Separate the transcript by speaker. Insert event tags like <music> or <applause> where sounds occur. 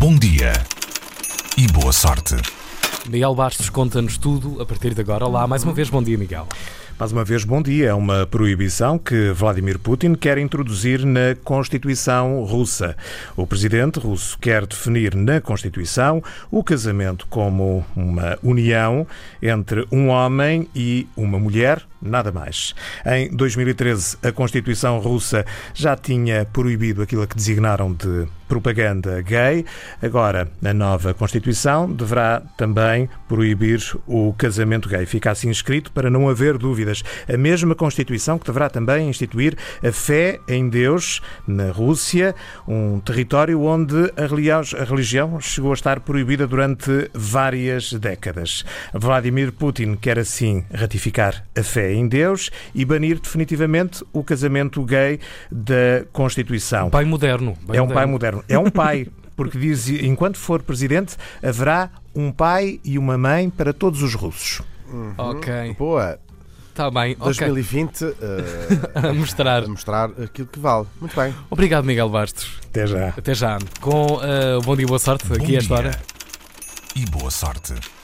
Speaker 1: Bom dia e boa sorte.
Speaker 2: Miguel Bastos conta-nos tudo a partir de agora. Olá, mais uma vez, bom dia, Miguel.
Speaker 3: Mais uma vez, bom dia. É uma proibição que Vladimir Putin quer introduzir na Constituição russa. O presidente russo quer definir na Constituição o casamento como uma união entre um homem e uma mulher, nada mais. Em 2013, a Constituição russa já tinha proibido aquilo que designaram de propaganda gay. Agora, a nova Constituição deverá também proibir o casamento gay. Fica assim escrito para não haver dúvidas. A mesma Constituição que deverá também instituir a fé em Deus na Rússia, um território onde a religião, chegou a estar proibida durante várias décadas. Vladimir Putin quer assim ratificar a fé em Deus e banir definitivamente o casamento gay da Constituição. Um
Speaker 2: pai moderno.
Speaker 3: é um pai moderno. É um pai. Porque diz, enquanto for presidente, haverá um pai e uma mãe para todos os russos.
Speaker 2: Uhum. Ok.
Speaker 4: Boa.
Speaker 2: Está bem,
Speaker 4: 2020 uh,
Speaker 2: <laughs> a mostrar.
Speaker 4: a mostrar aquilo que vale. Muito bem.
Speaker 2: Obrigado, Miguel Bastos.
Speaker 3: Até já.
Speaker 2: Até já. Com uh, bom dia e boa sorte
Speaker 1: Bom
Speaker 2: aqui a esta
Speaker 1: dia
Speaker 2: hora.
Speaker 1: E boa sorte.